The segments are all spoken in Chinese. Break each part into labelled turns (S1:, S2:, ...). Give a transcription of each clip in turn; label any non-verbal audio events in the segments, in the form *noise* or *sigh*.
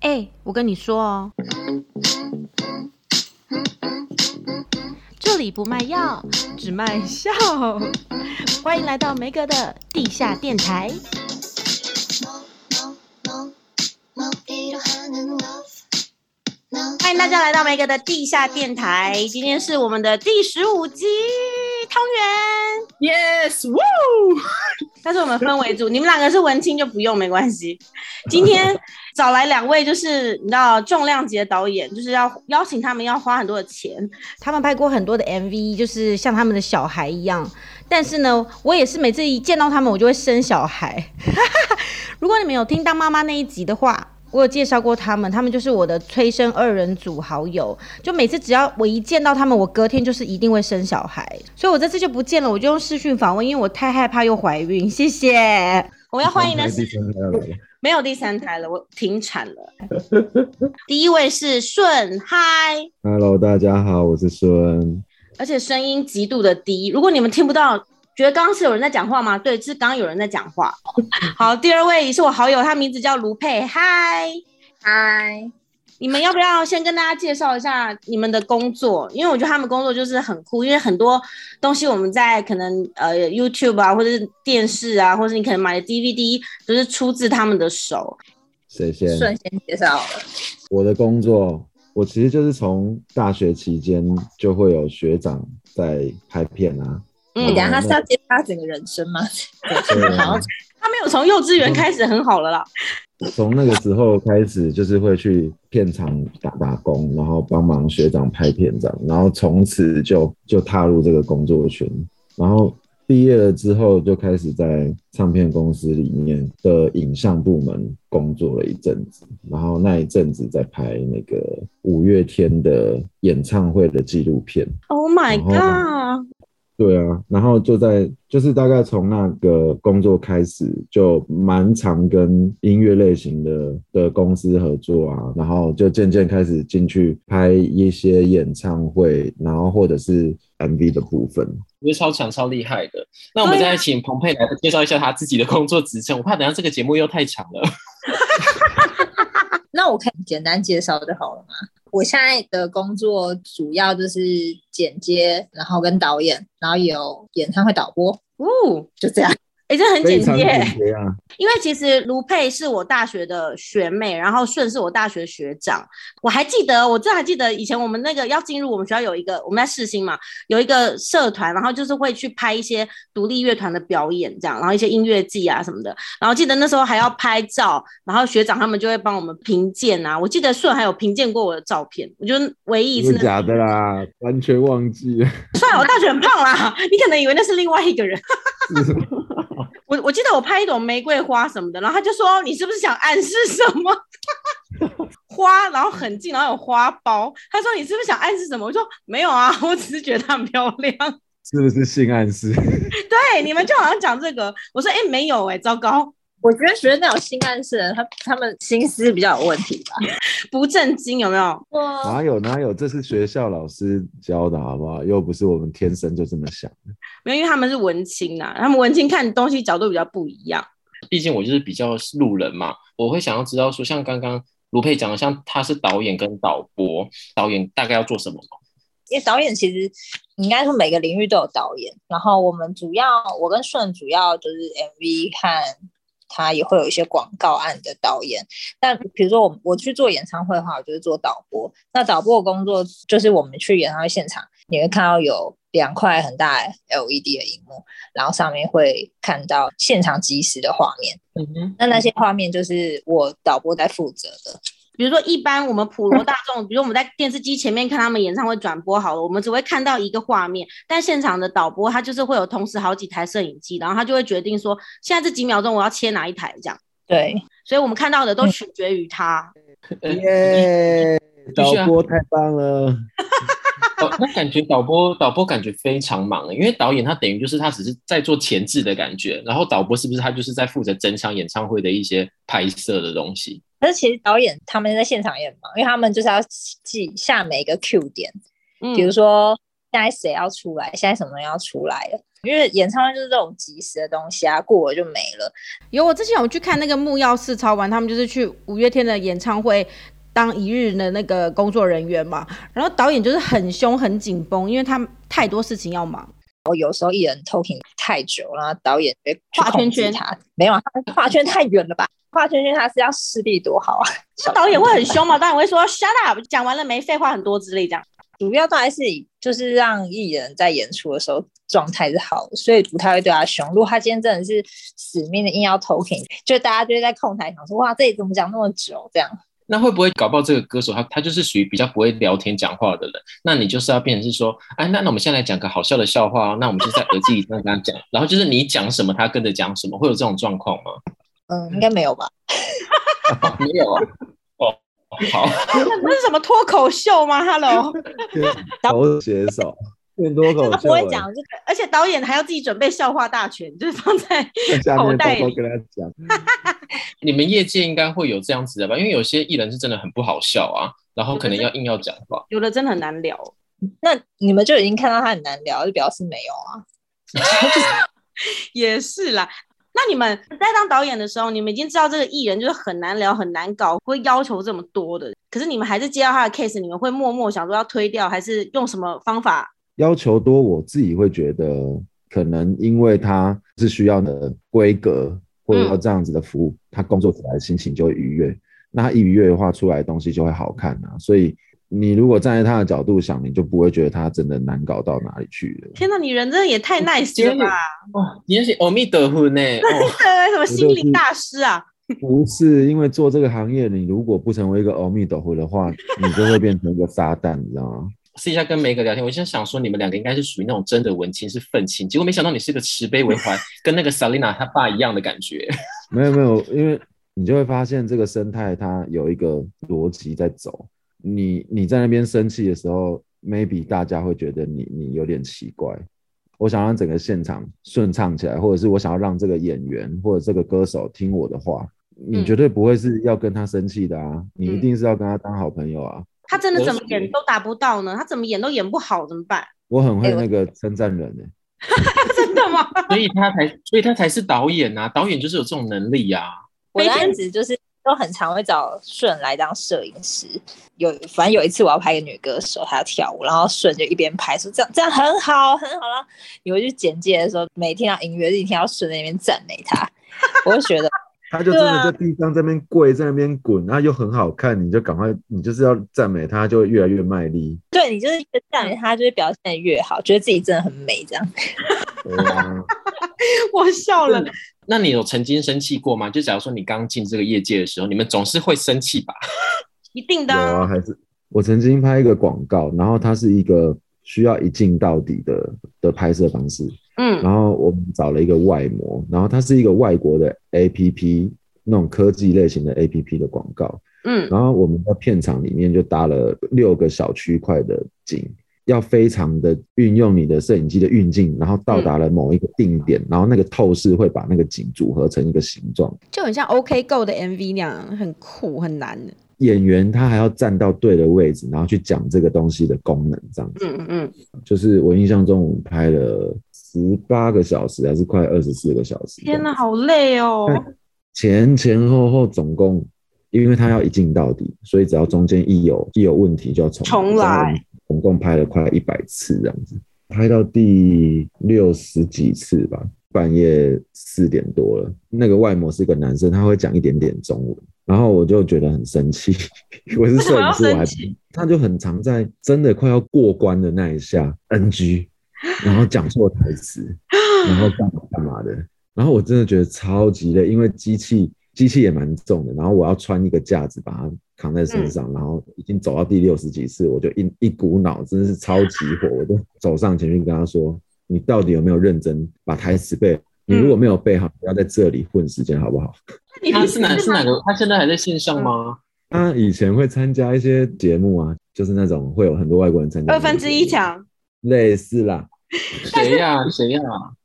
S1: 哎、我跟你说哦，这里不卖药，只卖笑。欢迎来到梅哥的地下电台。
S2: 너 필요하는 love
S1: 欢迎大家来到梅哥的地下电台，今天是我们的第十五集汤圆。
S3: Yes, woo！
S1: *laughs* 但是我们分为组，你们两个是文青就不用没关系。今天找来两位就是你知道重量级的导演，就是要邀请他们要花很多的钱，
S4: 他们拍过很多的 MV，就是像他们的小孩一样。但是呢，我也是每次一见到他们，我就会生小孩。 *laughs* 如果你们有听当妈妈那一集的话，我有介绍过他们，他们就是我的催生二人组好友。就每次只要我一见到他们，我隔天就是一定会生小孩，所以我这次就不见了，我就用视讯访问，因为我太害怕又怀孕。谢谢，
S1: 我们要欢迎的是
S5: 第三胎了，
S1: 没有第三胎了，我停产了。第一位是顺嗨，
S5: Hello，大家好，我是孙。
S1: 而且声音极度的低，如果你们听不到，觉得刚刚是有人在讲话吗？对，是刚刚有人在讲话。好，第二位是我好友，他名字叫卢佩，嗨。
S3: 嗨，
S1: 你们要不要先跟大家介绍一下你们的工作？因为我觉得他们工作就是很酷，因为很多东西我们在可能呃 YouTube 啊，或者是电视啊，或者是你可能买的 DVD，就是出自他们的手。
S5: 谁先？
S3: 顺先介绍了，
S5: 我的工作，我其实就是从大学期间就会有学长在拍片
S1: *laughs*
S5: 啊。
S1: 嗯
S3: 你等一下他是要介绍他整个人生吗？ *laughs*
S5: 对啊
S1: 他没有从幼稚园开始很好了啦，
S5: 从那个时候开始，就是会去片场打打工，然后帮忙学长拍片这样，然后从此就就踏入这个工作圈。然后毕业了之后，就开始在唱片公司里面的影像部门工作了一阵子，然后那一阵子在拍那个五月天的演唱会的纪录片。
S1: Oh my
S5: 哦
S1: god！
S5: 对啊，然后就在就是大概从那个工作开始，就蛮常跟音乐类型的的公司合作啊，然后就渐渐开始进去拍一些演唱会，然后或者是 MV 的部分。
S6: 我觉得超强、超厉害的。那我们
S1: 对
S6: 再请彭佩来介绍一下他自己的工作职称，我怕等一下这个节目又太长了。 *laughs*
S3: 那我可以简单介绍就好了嘛。我现在的工作主要就是剪接，然后跟导演，然后有演唱会导播，
S1: 哦，
S3: 就这样。
S1: 哎、这很
S5: 非
S1: 简
S5: 常
S1: 洁。
S5: 简洁啊！
S1: 因为其实卢佩是我大学的学妹，然后顺是我大学学长。我还记得，我真的还记得以前我们那个要进入我们学校有一个我们在世新嘛，有一个社团，然后就是会去拍一些独立乐团的表演这样，然后一些音乐季啊什么的。然后记得那时候还要拍照，然后学长他们就会帮我们评鉴啊。我记得顺还有评鉴过我的照片，我就唯一一次
S5: 真的假的啦？完全忘记了。 *laughs*
S1: 算了，我大学很胖啦，你可能以为那是另外一个人。我我记得我拍一朵玫瑰花什么的，然后他就说你是不是想暗示什么？ *laughs* 花，然后很近，然后有花苞。他说你是不是想暗示什么？我说没有啊， *laughs* 我只是觉得她很漂亮。 *laughs*
S5: 是不是性暗示？
S1: 对，你们就好像讲这个。我说哎、诶没有哎、糟糕，
S3: 我觉得觉得那种性暗示的人，他他们心思比较有问题吧。
S1: 不正经有没有？
S3: 哦
S5: 哪有哪有？这是学校老师教的好不好？又不是我们天生就这么想。
S1: 没有，因为他们是文青啊，他们文青看东西角度比较不一样。
S6: 毕竟我就是比较路人嘛，我会想要知道说，像刚刚卢佩讲的，像他是导演跟导播，导演大概要做什么？
S3: 因为导演其实应该说每个领域都有导演，然后我们主要我跟顺主要就是 MV 和他也会有一些广告案的导演，但比如说我我去做演唱会的话，我就是做导播。那导播的工作就是我们去演唱会现场，你会看到有两块很大的 LED 的荧幕，然后上面会看到现场即时的画面。
S6: 嗯哼，
S3: 那那些画面就是我导播在负责的。
S1: 比如说，一般我们普罗大
S4: *laughs*
S1: 众，比如我们在电视机前面看他们演唱会转播好了，我们只会看到一个画面，但现场的导播他就是会有同时好几台摄影机，然后他就会决定说，现在这几秒钟我要切哪一台这样，
S3: 对，
S1: 所以我们看到的都取决于他。
S6: 呃
S5: 耶！
S6: 必须
S5: 导
S6: 啊 *laughs*
S5: 播太棒
S3: *laughs*
S5: 了。
S6: 导那感觉导播导播感觉非常忙，欸因为导演他等于就是他只是在做前置的感觉，然后导播是不是他就是在负责整场演唱会的一些拍摄的东西？
S3: 可是其实导演他们在现场也很忙，因为他们就是要记下每一个 Q 点，
S1: 嗯
S3: 比如说现在谁要出来，现在什么人要出来了，因为演唱会就是这种即时的东西啊，过了就没了。
S4: 有，我之前有去看那个木曜四超玩，他们就是去五月天的演唱会当一日的那个工作人员嘛。然后导演就是很凶很紧绷，因为他太多事情要忙。
S3: 我有时候艺人 talking 太久，然后导演就会去
S1: 画圈
S3: 控制
S1: 圈
S3: 他，没有啊，他画圈太远了吧？画圈圈他是要视力多好啊？
S1: 那导演会很凶嘛？导演会说 “shut up”，讲完了没？废话很多之类这样。
S3: 主要都还是以就是让艺人在演出的时候状态是好的，所以不太会对他凶。如果他今天真的是死命的硬要 talking，就大家就会在控台想说哇，这里怎么讲那么久？这样
S6: 那会不会搞不好这个歌手他他就是属于比较不会聊天讲话的人？那你就是要变成是说，哎，那那我们现在来讲个好笑的笑话、哦，那我们就在耳机里这样跟他讲，然后就是你讲什么他跟着讲什么，会有这种状况吗？
S3: 嗯，应该没有吧？
S6: 哦没有啊，哦，好，
S1: *laughs* 那是什么脱口秀吗？Hello， *laughs*
S5: 口写手变多口
S3: 他
S5: 秀
S3: 不会
S5: 了，
S3: 讲，就
S1: 而且导演还要自己准备笑话大全，就是 *laughs* 放在
S5: 在下
S1: 口
S5: 面
S1: 袋
S5: 偷偷
S1: 里。
S5: 跟他讲。
S6: 你们业界应该会有这样子的吧？因为有些艺人是真的很不好笑啊，然后可能要硬要讲话
S1: 有的真的很难聊。
S3: 那你们就已经看到他很难聊，就表示没有啊。
S1: 也是啦。那你们在当导演的时候，你们已经知道这个艺人就是很难聊、很难搞，会要求这么多的。可是你们还是接到他的 case，你们会默默想说要推掉，还是用什么方法？
S5: 要求多，我自己会觉得可能因为他是需要的规格，或者说这样子的服务，他工作起来心情就会愉悦。那他一愉悦的话，出来的东西就会好看啊。所以你如果站在他的角度想，你就不会觉得他真的难搞到哪里去
S1: *laughs*
S5: 了。
S1: 天哪，你人真的也 *laughs* 太 nice 了吧！
S6: 哇，你也哦是欧米德婚呢？哦，
S1: 对， *laughs* 什么心灵大师啊？
S5: 不是因为做这个行业，你如果不成为一个阿弥陀佛的话，你就会变成一个撒旦，你知道吗？
S6: 私底下跟梅格聊天，我现在想说你们两个应该是属于那种真的文青，是愤青，结果没想到你是个慈悲为怀，跟那个 Selina 她爸一样的感觉。
S5: 没有没有，因为你就会发现这个生态它有一个逻辑在走。你你在那边生气的时候，maybe 大家会觉得你你有点奇怪。我想让整个现场顺畅起来，或者是我想要让这个演员或者这个歌手听我的话，你
S1: 嗯
S5: 绝对不会是要跟他生气的啊，你一
S1: 嗯
S5: 定是要跟他当好朋友啊。
S1: 他真的怎么
S6: 我
S1: 演
S6: 是
S1: 都达不到呢？他怎么演都演不好，怎么办？ *laughs*
S5: 我很会
S3: 哎我
S5: 那个称赞人欸呢、
S1: 真的吗？ *laughs*
S6: 所以他才，所以他才是导演呐、导演就是有这种能力啊呀、
S3: 我的
S1: 每天
S3: 案子就是都很常会找顺来当摄影师。有，反正有一次我要拍一个女歌手，她要跳舞，然后顺就一边拍说这样这样很好很好然后你回去简介的时候，每听到音乐，一听到顺在那边赞美她， *laughs* 我就觉得
S5: 他就
S3: 对
S5: 真
S3: 啊
S5: 的在地上这边跪，在那边滚，然后又很好看，你就赶快，你就是要赞美他，就会越来越卖力。
S3: 对你就是越赞美她，就会表现的越好，觉得自己真的很美这样。
S5: 对啊，
S1: 我笑了。
S6: 那你有曾经生气过吗？就假如说你刚进这个业界的时候，你们总是会生气
S1: *laughs*
S6: 吧？
S1: 一定的
S5: 有
S1: 啊、
S5: 啊，还是我曾经拍一个广告，然后它是一个需要一镜到底的的拍摄方式，
S1: 嗯
S5: 然后我们找了一个外模，然后它是一个外国的 A P P 那种科技类型的 A P P 的广告，
S1: 嗯，
S5: 然后我们在片场里面就搭了六个小区块的景。要非常的运用你的摄影机的运镜，然后
S4: 嗯
S5: 到达了某一个定点，然后那个透视会把那个景组合成一个形状。
S4: 就很像 OK Go 的 MV 那样，很酷很难的。
S5: 演员他还要站到对的位置，然后去讲这个东西的功能，这样子。
S1: 嗯嗯嗯，
S5: 就是我印象中，我们拍了十八个小时，还是快二十四个小时。
S1: 天哪，！好累哦。
S5: 前前后后总共，因为他要一镜到底，所以只要中间一有一有问题就要重
S1: 重来。
S5: 总共拍了快一百次这样子，拍到第六十几次吧。半夜四点多了，那个外模是一个男生，他会讲一点点中文，然后我就觉得很生气。 *laughs* 我是摄影师，
S1: 为什么要
S5: 我
S1: 生
S5: 还
S1: 气
S5: 他就很常在真的快要过关的那一下 NG，然后讲错台词，然后干嘛干嘛的，然后我真的觉得超级累，因为机器机器也蛮重的，然后我要穿一个架子把它扛在身
S1: 嗯
S5: 上，然后已经走到第六十几次，我就一一股脑真的是超级火，我就走上前去跟他说：“你到底有没有认真把台词背？你如果
S1: 嗯
S5: 没有背好，不要在这里混时间，好不好？” *laughs*
S1: 你
S6: 他是哪
S1: 你
S6: 是哪个？他现在还在线上吗？
S5: 他以前会参加一些节目啊，就是那种会有很多外国人参加，
S1: 二分之一强。
S5: 类似啦。
S1: 嗯
S6: 谁呀、谁呀、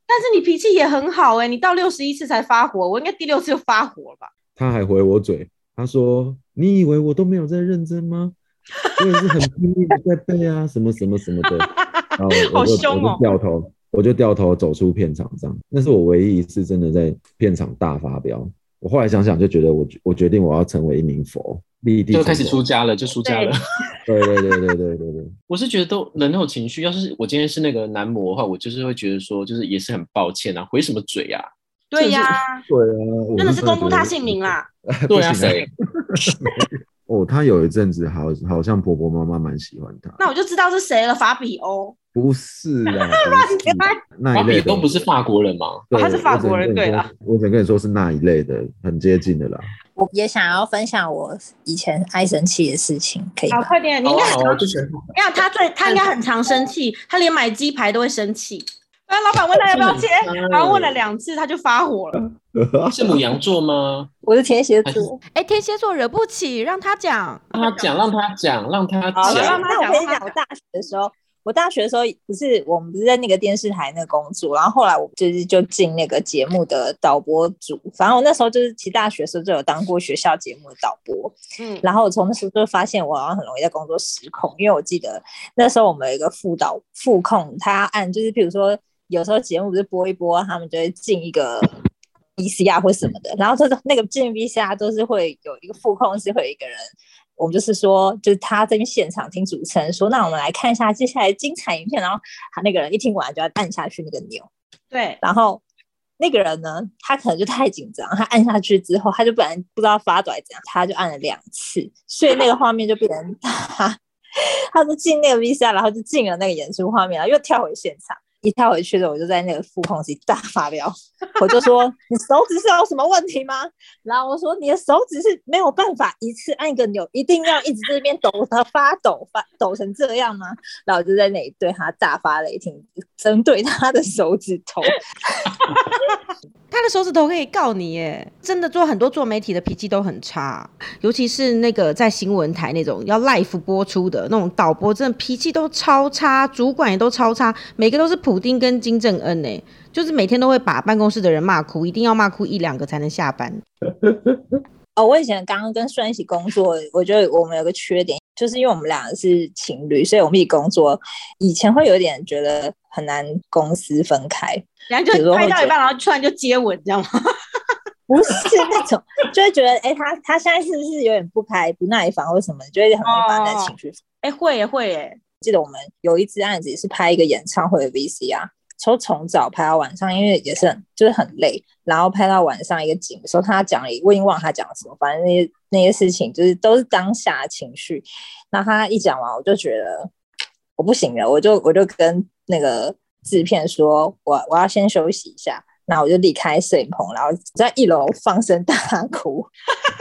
S1: 但是你脾气也很好哎、你到六十一次才发火，我应该第六次就发火了吧？
S5: 他还回我嘴，他说：“你以为我都没有在认真吗？我也是很拼命的在背啊，什么什么什么的。”然后我
S1: 好
S5: 就
S1: 凶哦
S5: 我就掉头，我就掉头走出片场，这样，那是我唯一一次真的在片场大发飙。我后来想想就觉得我，我决定我要成为一名佛，立地
S6: 就
S5: 成
S6: 开始
S5: 佛
S6: 出家了，就出家了。
S5: 对对对对对对对，
S6: *laughs* 我是觉得都人都有情绪，要是我今天是那个男模的话，我就是会觉得说，就是也是很抱歉啊，回什么嘴啊？
S1: 对呀、
S5: 对啊，
S1: 真的是公布他姓名。啦。
S6: 对啊，
S5: 不行啊
S6: 谁？
S5: *laughs* 哦，她有一阵子好好像婆婆妈妈蛮喜欢她，
S1: 那我就知道是谁了，法比
S6: 哦
S1: 欧。
S5: 不是
S1: *laughs*
S5: 啊，不是那
S6: 法
S5: 一类
S6: 比
S5: 的
S6: 都不是法国人吗？
S5: 对
S7: 哦他是法国人
S5: 我只能跟你
S7: 对啦
S5: 说我只能跟你说是那一类的，很接近
S3: *laughs*
S5: 的啦。
S3: 我也想要分享我以前爱生气的事情，可以
S1: 好，
S3: 吗？
S1: 快点，你应该
S6: 好啊好啊，就
S1: *laughs*
S6: 全部。
S1: 你看他最他应该很常生气，他连买鸡排都会生气。哎，老板问他要不要切，
S6: 嗯
S1: 然后问了两次他就发火了。
S6: 是母羊座吗？
S3: 我是天蝎
S6: 还是
S3: 座，
S4: 哎，天蝎座惹不起，让他讲。
S6: 让
S1: 啊
S6: 他讲，让他讲，让他
S1: 好了
S6: 讲
S1: 让。
S3: 那
S1: 他
S3: 我
S1: 讲
S3: 跟你
S1: 让
S3: 讲，我大学的时候，我大学的时候不是我们不是在那个电视台那工作，然后后来我就是就进那个节目的导播组，反正我那时候就是其实大学的时候就有当过学校节目的导播，
S1: 嗯，
S3: 然后我从那时候就发现我好像很容易在工作失控，因为我记得那时候我们有一个副导副控，他要按就是譬如说有时候节目不是播一播，他们就会进一个 VCR 或什么的，然后他的那个进 VCR 都是会有一个副控是会有一个人。我们就是说，就是他在现场听主持人说，那我们来看一下接下来精彩影片，然后他那个人一听完就要按下去那个钮，
S1: 对，
S3: 然后那个人呢，他可能就太紧张，他按下去之后，他就本来不知道发短怎样，他就按了两次，所以那个画面就变成他， *laughs* 他就进那个 VCR，然后就进了那个演出画面，然后又跳回现场。一跳回去的，我就在那个副控室大发飙，我就说：“你手指是有什么问题吗？”然后我说：“你的手指是没有办法一次按一个钮，一定要一直这边抖的发抖发抖成这样吗？”然后我就在那里对他大发雷霆，针对他的手指头。
S4: 他的手指头可以告你耶！真的做很多做媒体的脾气都很差，尤其是那个在新闻台那种要 live 播出的那种导播，真的脾气都超差，主管也都超差，每个都是普丁跟金正恩呢，就是每天都会把办公室的人骂哭，一定要骂哭一两个才能下班。
S3: 哦，我以前刚刚跟顺一起工作，我觉得我们有个缺点，就是因为我们两个是情侣，所以我们一起工作，以前会有点觉得很难公私分开，
S1: 然后
S3: 比
S1: 就
S3: 如说
S1: 拍到
S3: 会
S1: 一半，然后突然就接吻，这样吗？
S3: 不是那种就会觉得，哎、他他现在是不是有点不开不耐烦或什么，就会很容易把那
S1: 哦
S3: 情绪
S1: 哎，会耶会耶，
S3: 记得我们有一支案子也是拍一个演唱会的 VCR，从从早拍到晚上，因为也是很就是很累，然后拍到晚上一个景的时候，他讲了一，我已经忘了他讲了什么，反正那些那些事情就是都是当下的情绪。那他一讲完，我就觉得我不行了，我就我就跟那个制片说，我我要先休息一下，然后我就离开摄影棚，然后在一楼放声大哭。 *laughs*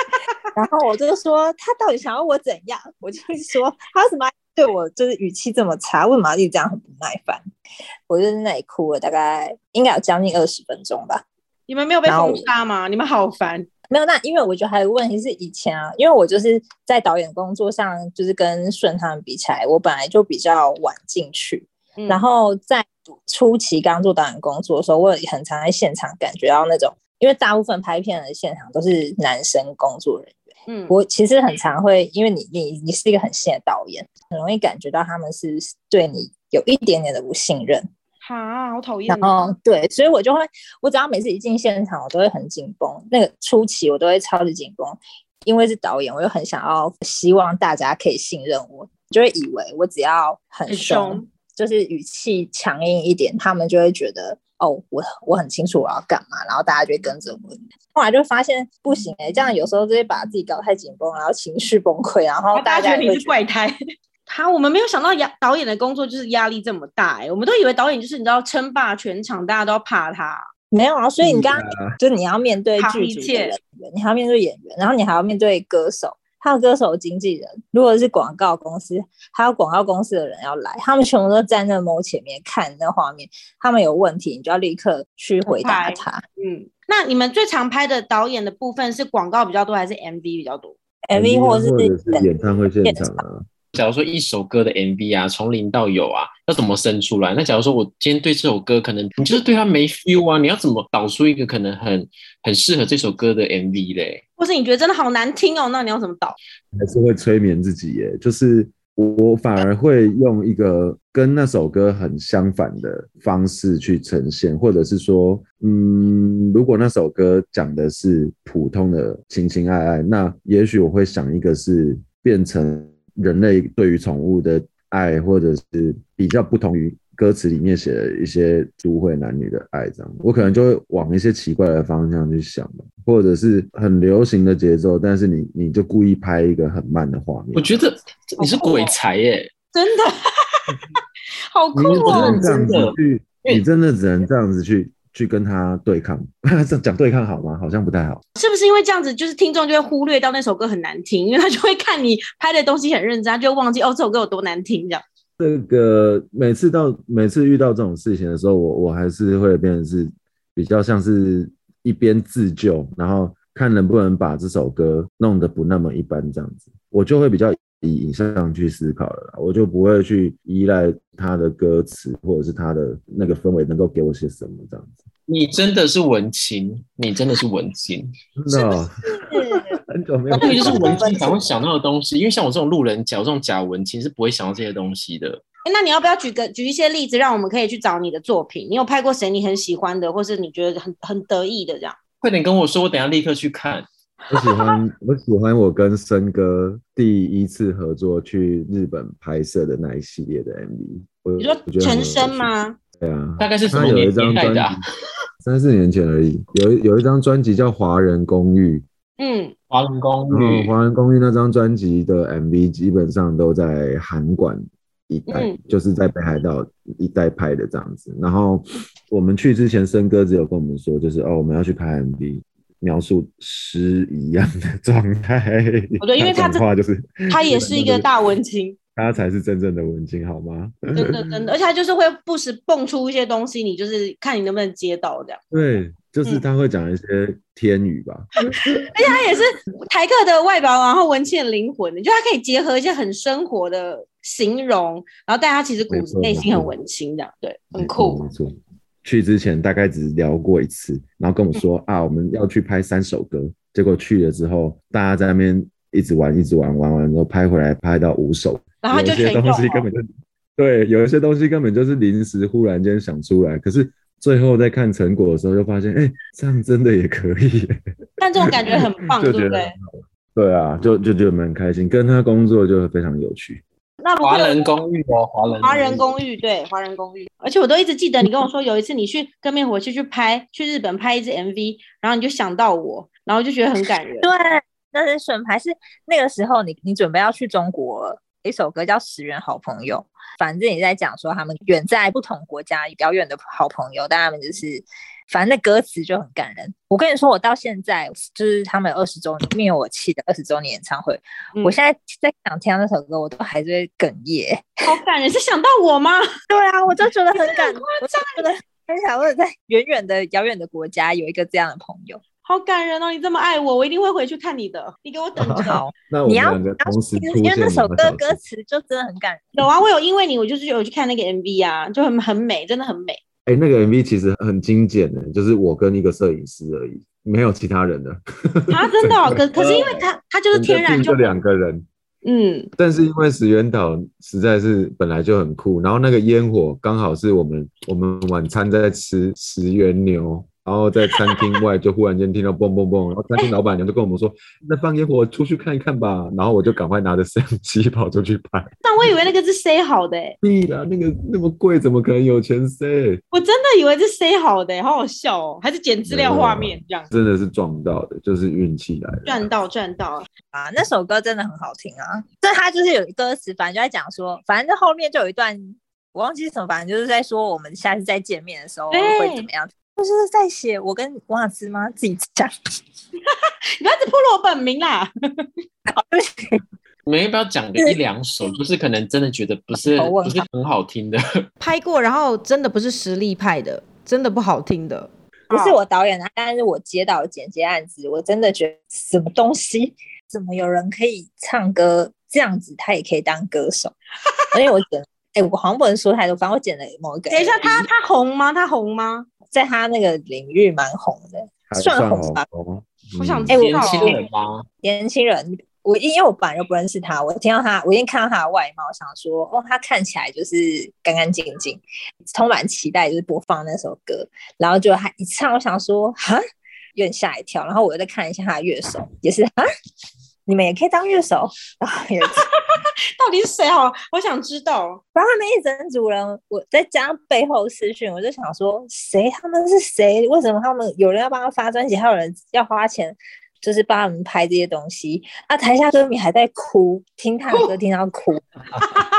S3: 然后我就说他到底想要我怎样？我就是说他为什么对我就是语气这么差，为什么要一直这样很不耐烦？我就在那里哭了大概应该有将近二十分钟吧。
S1: 你们没有被
S3: 然后
S1: 封杀吗？你们好烦。
S3: 没有，那因为我觉得还有个问题是以前啊，因为我就是在导演工作上，就是跟顺他们比起来，我本来就比较晚进去，
S1: 嗯
S3: 然后在初期刚做导演工作的时候，我也很常在现场感觉到那种，因为大部分拍片的现场都是男生工作人员。
S1: 嗯，
S3: 我其实很常会，因为你你你是一个很新的导演，很容易感觉到他们是对你有一点点的不信任。
S1: 哈，好讨
S4: 哦
S1: 厌
S3: 然。后对，所以我就会，我只要每次一进现场，我都会很紧绷。那个初期我都会超级紧绷，因为是导演，我又很想要希望大家可以信任我，就会以为我只要很
S1: 很
S3: 凶，
S1: 凶
S3: 就是语气强硬一点，他们就会觉得哦，我我很清楚我要干嘛，然后大家就会跟着我。后来就发现不行哎、欸，这样有时候就会把自己搞太紧绷，然后情绪崩溃，然后
S1: 大
S3: 大
S1: 家觉
S3: 家
S1: 得
S3: 也会
S1: 你是怪胎。他，我们没有想到压导演的工作就是压力这么大、哎，我们都以为导演就是你知道称霸全场，大家都要怕他。
S3: 没有啊，所以你
S5: 是
S3: 刚刚就你要面对
S1: 扛
S3: 剧
S1: 一
S3: 组的
S1: 切
S3: 人员，你还要面对演员，然后你还要面对歌手，还有歌手经纪人。如果是广告公司，还有广告公司的人要来，他们全部都站在幕前面看那画面，他们有问题，你就要立刻去回答
S1: 拍
S3: 他。
S1: 嗯，那你们最常拍的导演的部分是广告比较多，还是 MV 比较多？
S3: MV 哎或
S5: 或者
S3: 是
S5: 是演唱会现场啊，
S6: 假如说一首歌的 MV 啊，从零到有啊，要怎么生出来？那假如说我今天对这首歌可能你就是对它没 feel 啊，你要怎么导出一个可能很很适合这首歌的 MV 嘞？
S1: 或是你觉得真的好难听哦？那你要怎么导？ *laughs*
S5: 还是会催眠自己耶。就是我反而会用一个跟那首歌很相反的方式去呈现，或者是说，嗯，如果那首歌讲的是普通的情情爱爱，那也许我会想一个是变成人类对于宠物的爱，或者是比较不同于歌词里面写的一些都会男女的爱这样，我可能就会往一些奇怪的方向去想吧，或者是很流行的节奏，但是你你就故意拍一个很慢的画面。
S6: 哦我觉得你是鬼才耶、
S3: 真的好酷
S5: 你只
S3: 哦！
S5: 能这样子去，
S6: 因为
S5: 你真的只能这样子去去跟他对抗。 *laughs* 这样讲对抗好吗？好像不太好。
S1: 是不是因为这样子，就是听众就会忽略掉那首歌很难听，因为他就会看你拍的东西很认真，他就会忘记哦这首歌有多难听这样。
S5: 这个每次到每次遇到这种事情的时候，我我还是会变成是比较像是一边自救，然后看能不能把这首歌弄得不那么一般这样子，我就会比较以影像去思考了啦，我就不会去依赖他的歌词或者是他的那个氛围能够给我些什么这样子。
S6: 你真的是文青，你真的是文青， *laughs*
S5: 真的哦、
S3: 是
S5: *laughs* 很久没有
S6: 那
S5: 看
S6: 个就
S5: 到
S6: 是文青才会想到的东西。因为像我这种路人甲，我这种假文青是不会想到这些东西的。
S1: 哎，那你要不要举个举一些例子，让我们可以去找你的作品？你有拍过谁你很喜欢的，或是你觉得很很得意的这样？
S6: 快点跟我说，我等一下立刻去看。
S5: 我喜欢，我喜欢我跟森哥第一次合作去日本拍摄的那一系列的 MV。我
S1: 你说
S5: 我觉得很有
S1: 全
S5: 趣
S1: 身？吗？
S5: 对啊，
S6: 大概是什
S5: 他
S6: 么
S5: 有
S6: 年
S5: 一张
S6: 年代
S5: 专辑
S6: 的、啊？，
S5: 三四年前而已。有一有一张专辑叫《华人公寓
S1: 嗯，
S6: 华人公》，
S5: 然后
S6: 寓
S5: 《华人公寓》那张专辑的 MV 基本上都在韩馆一带，
S1: 嗯
S5: 就是在北海道一带拍的这样子。然后我们去之前，森哥只有跟我们说，就是哦，我们要去拍 MV。描述诗一样的状态，
S1: 我哦觉得因为他这
S5: 讲话就是
S1: 他也是一个大文青，
S5: 他才是真正的文青，好吗？
S1: 真的真的，而且他就是会不时蹦出一些东西，你就是看你能不能接到这样。
S5: 对，
S1: 嗯
S5: 就是他会讲一些天语吧，
S1: 他也是台客的外表，然后文青的灵魂，就他可以结合一些很生活的形容，然后但他其实骨
S5: 没
S1: 子
S5: 错
S1: 内心很
S5: 没错
S1: 文青这样，对，很
S5: 没
S1: 酷
S5: 错。没错。去之前大概只聊过一次，然后跟我说、啊，我们要去拍三首歌。结果去了之后，大家在那边一直玩，一直玩，玩完之后拍回来拍到五首，
S1: 然后他就
S5: 有一些
S1: 全用
S5: 东西
S1: 了
S5: 根本就对，有一些东西根本就是临时忽然间想出来，可是最后在看成果的时候就发现，哎、这样真的也可以耶、
S1: 但这种感觉很棒，对
S5: *laughs* 就
S1: 不
S5: 觉得
S1: 对
S5: 很？好玩对啊，就就觉得蛮开心，跟他工作就非常有趣。
S1: 那如果
S6: 华
S1: 有
S6: 人公寓哦，华人
S1: 华人
S6: 寓
S1: 公寓，对，华人公寓。而且我都一直记得你跟我说，有一次你去跟灭火器去拍，去日本拍一支 MV，然后你就想到我，然后就觉得很感人。
S3: 对，那是选牌是那个时候你你准备要去中国了，一首歌叫《十人好朋友》，反正你在讲说他们远在不同国家比较远的好朋友，但他们就是。反正那歌词就很感人。我跟你说，我到现在就是他们二十周年灭我气的二十周年演唱会，
S1: 嗯
S3: 我现在在想听到那首歌，我都还是会哽咽。
S1: 好感人，是想到我吗？ *laughs*
S3: 对啊，我就觉得很 *laughs* 感，我就觉得很想问，在远远的、遥远的国家有一个这样的朋友。
S1: 好感人哦！你这么爱我，我一定会回去看你的。你给我
S3: *laughs*
S1: 等着。
S3: 好，
S5: 那我们
S3: 你要
S5: 两个
S3: 你要
S5: 同时
S3: 其
S5: 出
S3: 实因为
S5: 现，
S3: 那首
S5: 两个
S3: 歌
S5: 小
S3: 歌
S5: 时
S3: 词就真的很感人。
S1: 有啊，我有因为你，我就是有去看那个 MV 啊，就很很美，真的很美。
S5: 哎、那个 MV 其实很精简的，就是我跟一个摄影师而已，没有其他人的。
S1: 啊，真的、哦，可可是因为它它就是天然
S5: 整个 team
S1: 就
S5: 就两个人，
S1: 嗯，
S5: 但是因为石原岛实在是本来就很酷，然后那个烟火刚好是我们我们晚餐在吃石原牛。然后在餐厅外就忽然间听到蹦蹦蹦，然后餐厅老板娘就跟我们说：“那放烟火，出去看一看吧。”然后我就赶快拿着相机跑出去拍。
S1: 但我以为那个是 say 好的、欸，
S5: 屁啦，那个那么贵，怎么可能有钱塞？
S1: 我真的以为是 say 好的、欸，好好笑哦，还是剪资料画面这样
S5: 真的是撞到的，就是运气来的。
S1: 赚到赚到。
S3: 啊，那首歌真的很好听啊！但它就是有歌词，反正就在讲说，反正后面就有一段我忘记是什么，反正就是在说我们下次再见面的时候会
S1: 对
S3: 怎么样，就是在写我跟王雅芝吗自己
S5: *laughs*
S3: 讲，
S1: 你不要只破了我本名啦，
S6: 你们要不要讲个一两首？就是可能真的觉得不是
S3: 好问
S6: 不是很好听的。
S4: 拍过，然后真的不是实力派的，真的不好听的。
S3: 不是
S5: 哦
S1: 好
S3: 我导演的，但是我接到剪接案子，我真的觉得什么东西，怎么有人可以唱歌这样子，他也可以当歌手？
S5: *laughs*
S3: 而且我剪，哎、我好像不能说太多，反正我剪了某一个，
S1: 等一下，他他红吗？他红吗？
S3: 在他那个领域蛮红的，
S5: 还
S3: 算
S5: 算
S3: 红吧
S5: 红。
S1: 我想
S5: 嗯
S1: 哎
S3: 我
S6: 年轻人吗？
S3: 年轻人我因因为我本来就不认识他，我听到他，我一看到他的外貌，想说，哦，他看起来就是干干净净，充满期待，就是播放那首歌，然后就他一唱，我想说，哈，有点吓一跳，然后我又再看一下他的乐手，也是啊，你们也可以当乐手，然后也
S1: 到底是谁好？我想知道。
S3: 然后他们一整组人，我再加上背后私讯，我就想说，谁他们是谁？为什么他们有人要帮他发专辑，还有人要花钱，就是帮他们拍这些东西？啊，台下歌迷还在哭，听他的歌听到哭，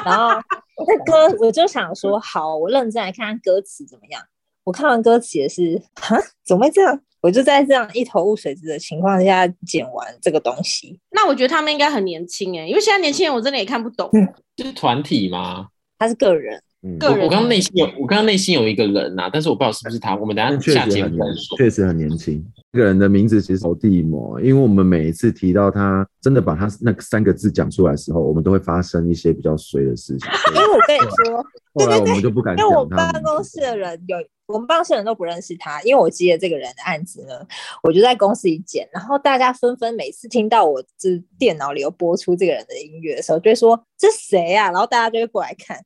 S3: 然后那歌我就想说，好，我认真来看看歌词怎么样。我看完歌词也是，哈，怎么会这样？我就在这样一头雾水的情况下剪完这个东西。
S1: 那我觉得他们应该很年轻哎、因为现在年轻人我真的也看不懂。
S4: 嗯
S6: 是团体吗？
S3: 他是个人，
S5: 嗯，
S1: 个人欸
S6: 我我刚刚内心有，我刚刚内心有一个人呐、啊但是我不知道是不是他。我们等
S5: 但
S6: 一
S5: 确
S6: 下下
S5: 实
S6: 节
S5: 很
S6: 目
S5: 年
S6: 再说。
S5: 确实很年轻。这个人的名字其实好地魔，因为我们每一次提到他，真的把他那三个字讲出来的时候，我们都会发生一些比较衰的事情。
S3: 因为我跟你说。 *laughs*
S5: 所以后来我们就不敢
S3: 因为我
S5: 讲他
S3: 办
S5: 的名字。
S3: 公室的人有，我们办公室的人都不认识他，因为我接了这个人的案子呢，我就在公司里剪，然后大家纷纷每次听到我这电脑里有播出这个人的音乐的时候，就会说这谁啊，然后大家就会过来看，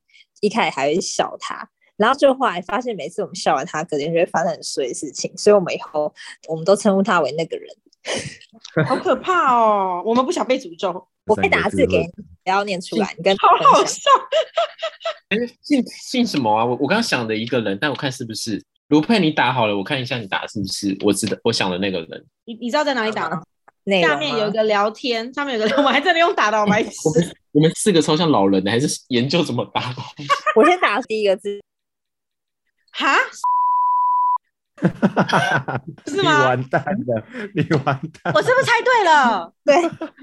S3: 一开始还会笑他。然后就后来发现，每次我们笑完他，隔天就会发生很衰的事情，所以我们以后我们都称呼他为那个人。
S1: 好可怕哦！我们不想被诅咒，
S3: 我会打字给你，不要念出来，你跟
S1: 好好
S3: 分享
S1: 笑。
S6: 哎，姓姓什么啊？我我刚刚想的一个人，但我看是不是卢佩，你打好了，我看一下你打是不是我知道我想的那个人。
S1: 你你知道在哪里打吗？
S3: 内
S4: 啊
S1: 下
S3: 容吗
S1: 面有一个聊天，上面有一个， *laughs* 我们还真的用打的，我们还
S6: 我们我们四个超像老人的，还是研究怎么打？
S3: 我先打第一
S1: *laughs*
S3: 个字，
S1: 哈是
S5: *laughs* 你
S1: 吗？
S5: 完蛋了，你完
S1: *laughs*
S5: 蛋！
S1: 我是不是猜对了？
S3: *laughs* 对，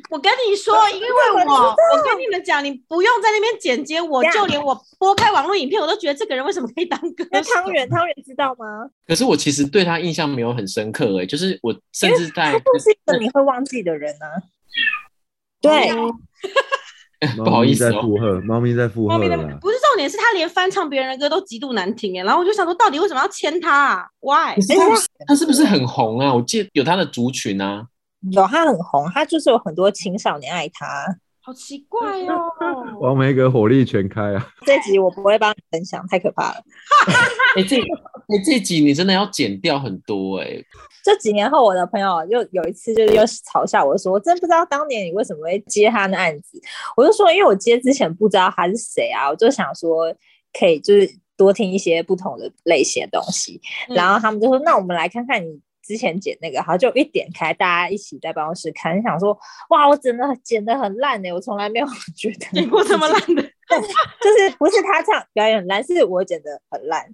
S1: 我跟你说，因为我我跟你们讲，你不用在那边剪接我，
S3: 这样
S1: 就连我拨开网络影片，我都觉得这个人为什么可以当歌
S3: 那
S1: 手？
S3: 汤圆汤圆知道吗？
S6: 可是我其实对他印象没有很深刻哎、就是我甚至在
S3: 他就是一个你会忘记的人呢、啊。对，
S6: *laughs* 不好意思
S5: 猫咪在
S6: 哦
S5: 附和，猫咪在附
S1: 后
S5: 和
S1: 面的
S5: 了。
S1: 不是重点，是他连翻唱别人的歌都极度难听哎，然后我就想说，到底为什么要签他啊？Why？
S6: 可是他他是不是很红啊？我记得有他的族群啊，
S3: 有他很红，他就是有很多青少年爱他。
S1: 好奇怪哦！ *laughs*
S5: 王梅格火力全开啊！
S3: 这集我不会帮你分享，太可怕了。
S6: *laughs* 哎、这哎、这集你真的要剪掉很多哎、
S3: 这几年后，我的朋友又有一次就是又嘲笑我说：“我真不知道当年你为什么会接他的案子。”我就说：“因为我接之前不知道他是谁啊，我就想说可以就是多听一些不同的类型的东西。”
S1: 嗯
S3: 然后他们就说：“那我们来看看你之前剪那个。”好，就一点开，大家一起在办公室看，想说：“哇，我真的剪得很烂欸呢、我从来没有 *laughs* 觉得
S1: 剪过这么烂的，
S3: 就是不是他唱表演很烂，是我剪得很烂。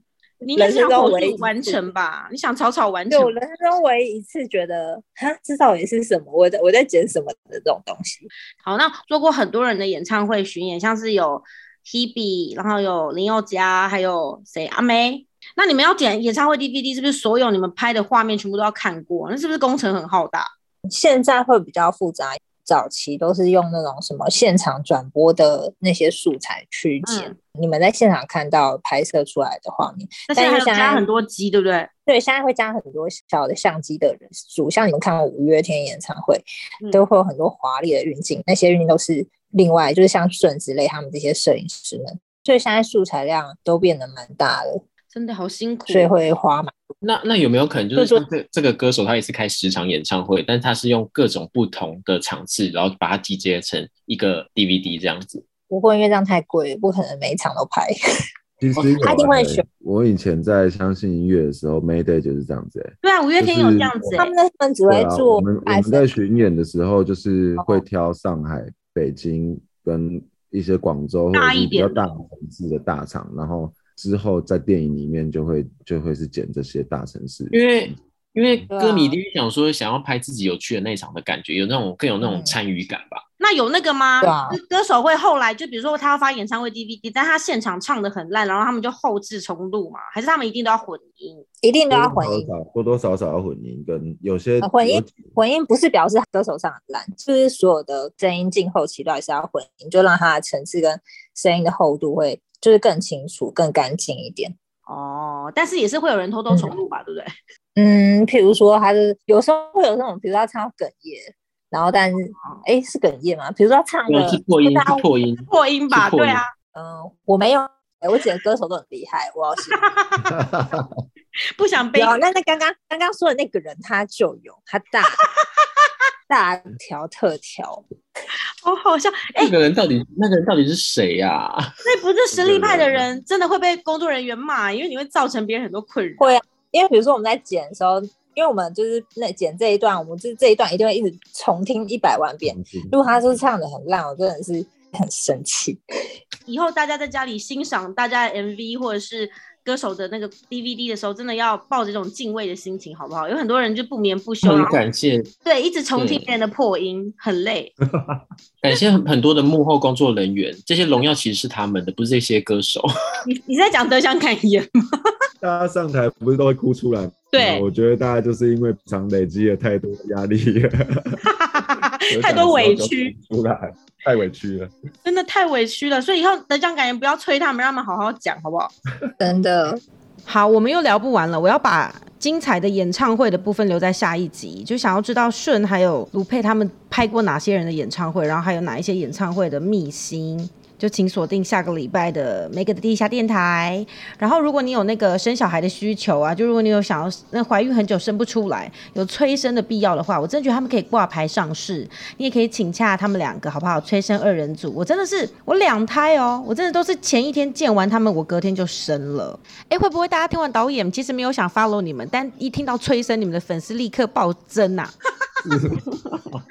S1: 你应该是想
S3: 人生中
S1: 火
S3: 唯一
S1: 速
S3: 一次
S1: 完成吧？你想草草完
S3: 就
S1: 成
S3: 我？人生中唯一一次觉得，哈，这到底是什么？我在我在剪什么的这种东西？
S1: 好，那做过很多人的演唱会巡演，像是有 Hebe，然后有林宥嘉，还有谁阿妹。那你们要剪演唱会 DVD，是不是所有你们拍的画面全部都要看过？那是不是工程很浩大？
S3: 现在会比较复杂，早期都是用那种什么现场转播的那些素材去剪，
S1: 嗯
S3: 你们在现场看到拍摄出来的画面。
S1: 那现在还有
S3: 但是现在
S1: 加很多集，对不对？
S3: 对，现在会加很多小的相机的人数，像你们看过五月天演唱会，
S1: 嗯
S3: 都会有很多华丽的运镜，那些运镜都是另外就是像顺之类他们这些摄影师们，所以现在素材量都变得蛮大的，
S1: 真的好辛苦。哦
S3: 所以会花蛮。
S6: 那那有没有可能就
S3: 就是说
S6: 像这这个歌手他也是开十场演唱会，但是他是用各种不同的场次，然后把它集结成一个 DVD 这样子？
S3: 不过因为这样太贵，不可能每一场都拍。
S5: 其
S6: 哦
S5: 实有
S3: 他一定会
S5: 欸
S3: 选
S5: 我以前在相信音乐的时候，Mayday 就是这样子欸。
S1: 对啊，五月天有这样子、
S5: 对
S3: 他
S1: 欸
S3: 们，那份只
S5: 对
S3: 会
S5: 啊，我
S3: 做
S5: 们我
S3: 百
S5: 们
S3: 分
S5: 在巡演的时候，就是会挑上海、北京跟一些广州或者
S1: 大一
S5: 是比较
S1: 点的
S5: 大城市的大厂，然后之后在电影里面就会就会是剪这些大城市。
S6: 因为因为
S3: 对啊
S6: 歌迷一定想说想要拍自己有趣的那一场的感觉，有那种更有那种
S3: 嗯
S6: 参与感吧。
S1: 那有那个吗？
S3: 对啊
S1: 就歌手会后来就比如说他要发演唱会 DVD，但他现场唱的很烂，然后他们就后置重录嘛？还是他们一定都要混音？
S3: 一定都要
S5: 多
S3: 混
S5: 多
S3: 音
S5: 少，少多多少少要混音，跟有些
S3: 呃混音
S5: 有
S3: 混音不是表示歌手唱得烂，就是所有的声音进后期都还是要混音，就让它的层次跟声音的厚度会就是更清楚、更干净一点。
S1: 哦，但是也是会有人偷偷重录吧，对不对？
S3: 嗯，譬如说，他是有时候会有那种，比如他唱到哽咽，然后但是哎是哽咽吗？比如说他唱
S6: 对
S3: 的
S6: 哦是破音，
S3: 大家
S6: 是破音。
S8: 破音吧？
S6: 是破
S8: 对
S6: 音
S8: 啊，
S3: 嗯、我没有，哎我几个歌手都很厉害，我要是
S8: 不想被
S3: 有。那那刚刚刚刚说的那个人他就有，他 *laughs* 大大条特条，
S8: 好 *laughs* 好笑。哎、
S6: 那个人到底那个人到底是谁啊呀、 *laughs*
S8: 那不是实力派的人，真的会被工作人员骂，因为你会造成别人很多困扰。
S3: 会啊，因为比如说我们在剪的时候，因为我们就是那剪这一段，我们就是这一段一定会一直重听一百万遍。如果他说唱的很烂，我真的是很生气。
S8: 以后大家在家里欣赏大家的 MV 或者是歌手的那个 DVD 的时候，真的要抱着一种敬畏的心情，好不好？有很多人就不眠不休，
S1: 啊
S6: 很
S8: 然后
S6: 感谢
S8: 对一直重听
S6: 嗯对
S8: 别人的破音，很累。
S6: 感谢很很多的幕后工作人员，这些荣耀其实是他们的，不是这些歌手。
S8: 你你在讲得奖感言吗？ *laughs*
S5: 大家上台不是都会哭出来吗？
S8: 对
S5: 我觉得大家就是因为平常累积了太多压力了，
S8: 太多委屈，
S5: 有想说就哭出来，太委屈了。
S8: 真的太委屈了。所以以后得奖感言不要催他们，让他们好好讲，好不好？
S3: 真的，
S1: 好，我们又聊不完了，我要把精彩的演唱会的部分留在下一集，就想要知道顺还有卢佩他们拍过哪些人的演唱会，然后还有哪一些演唱会的秘辛。就请锁定下个礼拜的 Make 的地下电台。然后，如果你有那个生小孩的需求啊，就如果你有想要那怀孕很久生不出来，有催生的必要的话，我真的觉得他们可以挂牌上市。你也可以请洽他们两个，好不好？催生二人组，我真的是我两胎哦，我真的都是前一天见完他们，我隔天就生了。哎，会不会大家听完导演，其实没有想 follow 你们，但一听到催生，你们的粉丝立刻暴增呐、 *laughs*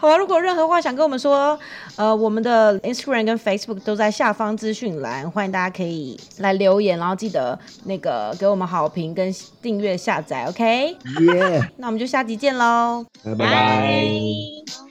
S1: 好啊，如果有任何话想跟我们说，呃，我们的 Instagram 跟 Facebook 都在下方资讯栏，欢迎大家可以来留言，然后记得那个给我们好评跟订阅下载，OK？
S5: 耶，
S1: 那我们就下集见喽。
S5: 嗯拜拜。
S9: Bye.